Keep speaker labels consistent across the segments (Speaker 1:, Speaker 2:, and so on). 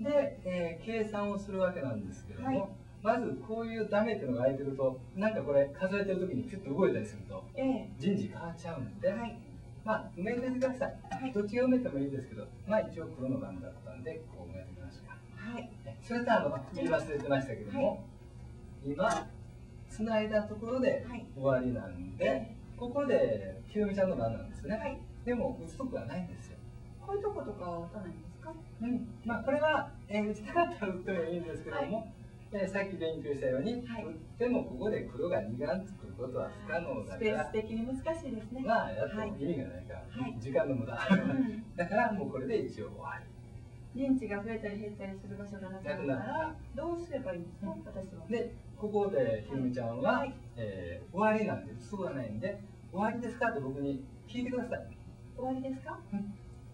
Speaker 1: で、えー計算をするわけなんですけども、
Speaker 2: はい
Speaker 1: まずこういうダメっていうのが空いてるとなんかこれ数えてる時にピュッと動いたりすると
Speaker 2: ええ
Speaker 1: 人事変わっちゃうんで、
Speaker 2: はい
Speaker 1: まあ埋めてください、
Speaker 2: はい
Speaker 1: どっちが埋めてもいいですけどまあ一応黒の番だったんでこう埋めてみましょうか
Speaker 2: はい
Speaker 1: ねそれとあの言い忘れてましたけども、今つないだところで
Speaker 2: はい
Speaker 1: 終わりなんでここでひろみちゃんの番なんですね、
Speaker 2: はい
Speaker 1: でも打つとこはないんですよ
Speaker 2: こういうとことかは打たないんですか
Speaker 1: うん、まあこれは、えー打ちたかったら打ってもいいんですけども、えーさっき勉強したように、
Speaker 2: はい
Speaker 1: 打ってもここで黒が2眼作ることは不可能だ
Speaker 2: ス
Speaker 1: か
Speaker 2: ペース
Speaker 1: ら、
Speaker 2: 的に難しいですね
Speaker 1: まあやっても
Speaker 2: はい
Speaker 1: 意味がないから、
Speaker 2: はい
Speaker 1: 時間の無駄、
Speaker 2: うん
Speaker 1: だからもうこれで一応終わ
Speaker 2: 認知が増えたり減ったりする場所がなくなるからどうすればいいんですか私は
Speaker 1: りでここでひろみちゃんは、
Speaker 2: はい
Speaker 1: えー終わりなんでそうはないんで「終わりですか?」と僕に聞いてください
Speaker 2: 終わりですか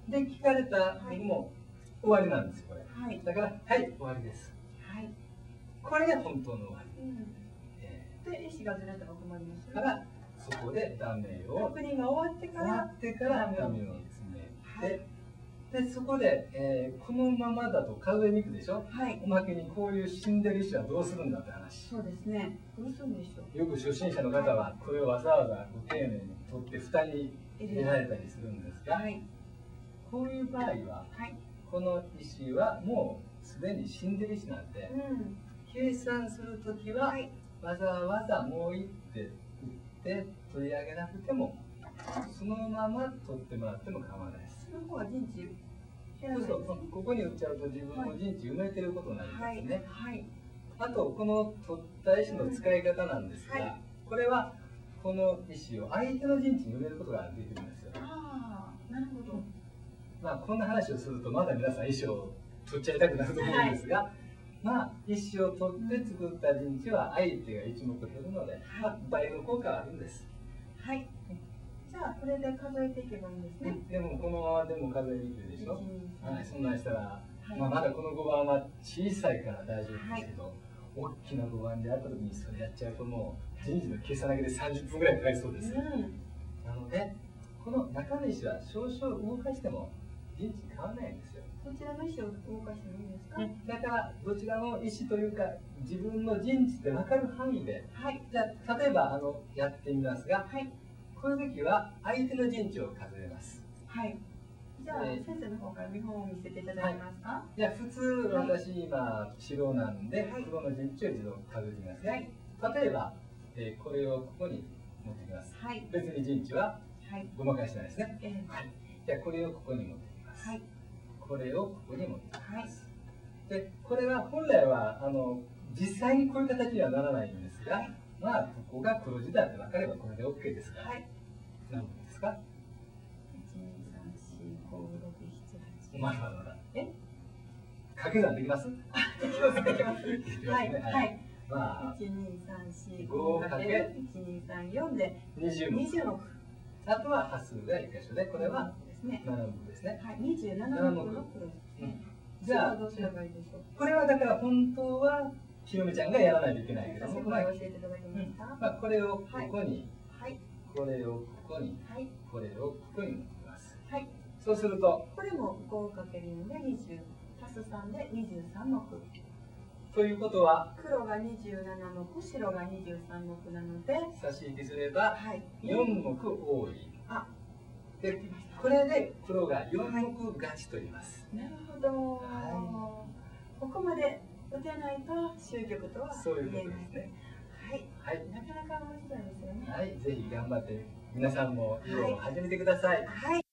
Speaker 1: で聞かれた僕も終わりなんですよこれ
Speaker 2: はい
Speaker 1: だから「はい終わりです
Speaker 2: はい」
Speaker 1: これが本当の終わり、
Speaker 2: うん
Speaker 1: え
Speaker 2: で意思がずれたら困ります
Speaker 1: ー
Speaker 2: よ
Speaker 1: だか
Speaker 2: ね
Speaker 1: らそこで断面を
Speaker 2: 確認が終わってか
Speaker 1: 終わ
Speaker 2: ら
Speaker 1: ってから雨を見つめて、でそこで、えーこのままだと数えにくでしょ
Speaker 2: はい
Speaker 1: おまけにこういう死んでる人はどうするんだって話
Speaker 2: そうですねどうするんでしょう
Speaker 1: よく初心者の方はこれをわざわざご丁寧に取って蓋に入れられたりするんですが、
Speaker 2: はい
Speaker 1: こういう場合は
Speaker 2: はい
Speaker 1: この石はもうすでに死んでる石なんで
Speaker 2: うん
Speaker 1: 計算する時は
Speaker 2: はい
Speaker 1: わざわざもう一手打って取り上げなくてもそのまま取ってもらっても構わないです。
Speaker 2: その方が認知減ら
Speaker 1: そう
Speaker 2: ない
Speaker 1: そ
Speaker 2: です
Speaker 1: う、ここに打っちゃうと自分の陣地埋めてることになりま
Speaker 2: は
Speaker 1: す
Speaker 2: い
Speaker 1: ね。
Speaker 2: はい
Speaker 1: あと、この取った石の使い方なんです
Speaker 2: は
Speaker 1: が
Speaker 2: い、
Speaker 1: これはこの石を相手の陣地に埋めることができるんですよ。
Speaker 2: ああなるほど
Speaker 1: まあ、こんな話をすると、まだ皆さん石を取っちゃいたくなると思うんですが、まあ、石を取って作った陣地は相手が一目減るので、まあ、倍の効果はあるんです。
Speaker 2: はいじゃあこれで数えていけばいいんですね
Speaker 1: でも、このままでも数えにくいでしょ。はい、そんなんしたら、
Speaker 2: はい
Speaker 1: まあ、まだこの5番は小さいから大丈夫ですけど、大きな5番であった時にそれやっちゃうともう人事の計算だけで30分ぐらいかかりそうです、
Speaker 2: う
Speaker 1: なのでこの中の石は少々動かしても人事変わらないんですよ、
Speaker 2: ん、そちらの石を動かしてもいいですか、
Speaker 1: だからどちらの石というか自分の人事で分かる範囲で
Speaker 2: はい
Speaker 1: じゃあ例えばあのやってみますが
Speaker 2: はい
Speaker 1: この時は相手の陣地を数えます
Speaker 2: はいじゃあ、
Speaker 1: えー
Speaker 2: 先生の方から見本を見せていただけますか
Speaker 1: いや普通私今白なんで
Speaker 2: はい
Speaker 1: 黒の陣地を自動数えてみますね、
Speaker 2: はい
Speaker 1: 例えば、えーこれをここに持ってきます
Speaker 2: はい
Speaker 1: 別に陣地は
Speaker 2: はい
Speaker 1: ごまかしてないですね
Speaker 2: えー
Speaker 1: じゃあこれをここに持ってきます、
Speaker 2: はい
Speaker 1: これをここに持ってき
Speaker 2: は
Speaker 1: ま
Speaker 2: い
Speaker 1: すでこれは本来はあの実際にこういう形にはならないんですが、
Speaker 2: はい
Speaker 1: まあここが黒字だって分かればこれで OK ですから、
Speaker 2: はい
Speaker 1: 何分ですか
Speaker 2: 一二三四五六七八
Speaker 1: まだまだまだ
Speaker 2: え
Speaker 1: 掛け算できます
Speaker 2: できますできます
Speaker 1: できます
Speaker 2: はい
Speaker 1: ね
Speaker 2: はい
Speaker 1: まあ
Speaker 2: 一二三四
Speaker 1: 五
Speaker 2: 五
Speaker 1: か
Speaker 2: か
Speaker 1: け
Speaker 2: ける一二三四で
Speaker 1: 20
Speaker 2: 二
Speaker 1: 問
Speaker 2: 十六
Speaker 1: あとは端数が1箇所でこれは
Speaker 2: ですね
Speaker 1: 7分ですね
Speaker 2: はい二十七目の黒ですね
Speaker 1: じゃあ
Speaker 2: どうすればいいでしょう
Speaker 1: これはだから本当はひろみちゃんがやらないといけないけ
Speaker 2: 先
Speaker 1: ど
Speaker 2: 生
Speaker 1: も、
Speaker 2: こ
Speaker 1: まあ
Speaker 2: れ教えていただけますか
Speaker 1: まあ、これをここに、
Speaker 2: はい
Speaker 1: これをここに、
Speaker 2: はい
Speaker 1: これをここに持ってきます。
Speaker 2: はい
Speaker 1: そうすると、
Speaker 2: これも 5×4 で20足す3で23目
Speaker 1: ということは
Speaker 2: 黒が27目白が23目なので
Speaker 1: 差し引きすれば
Speaker 2: はい
Speaker 1: 4目多い。
Speaker 2: あ
Speaker 1: で、これで黒が4目勝ちと言います。
Speaker 2: なるほど、
Speaker 1: は
Speaker 2: ここまで打てないと終局とは
Speaker 1: そういうこ
Speaker 2: 言え
Speaker 1: と
Speaker 2: な
Speaker 1: で
Speaker 2: い
Speaker 1: すね。
Speaker 2: はい
Speaker 1: はい。
Speaker 2: なかなか面白いですよね
Speaker 1: はい、ぜひ頑張って皆さんも囲碁を始めてください
Speaker 2: はい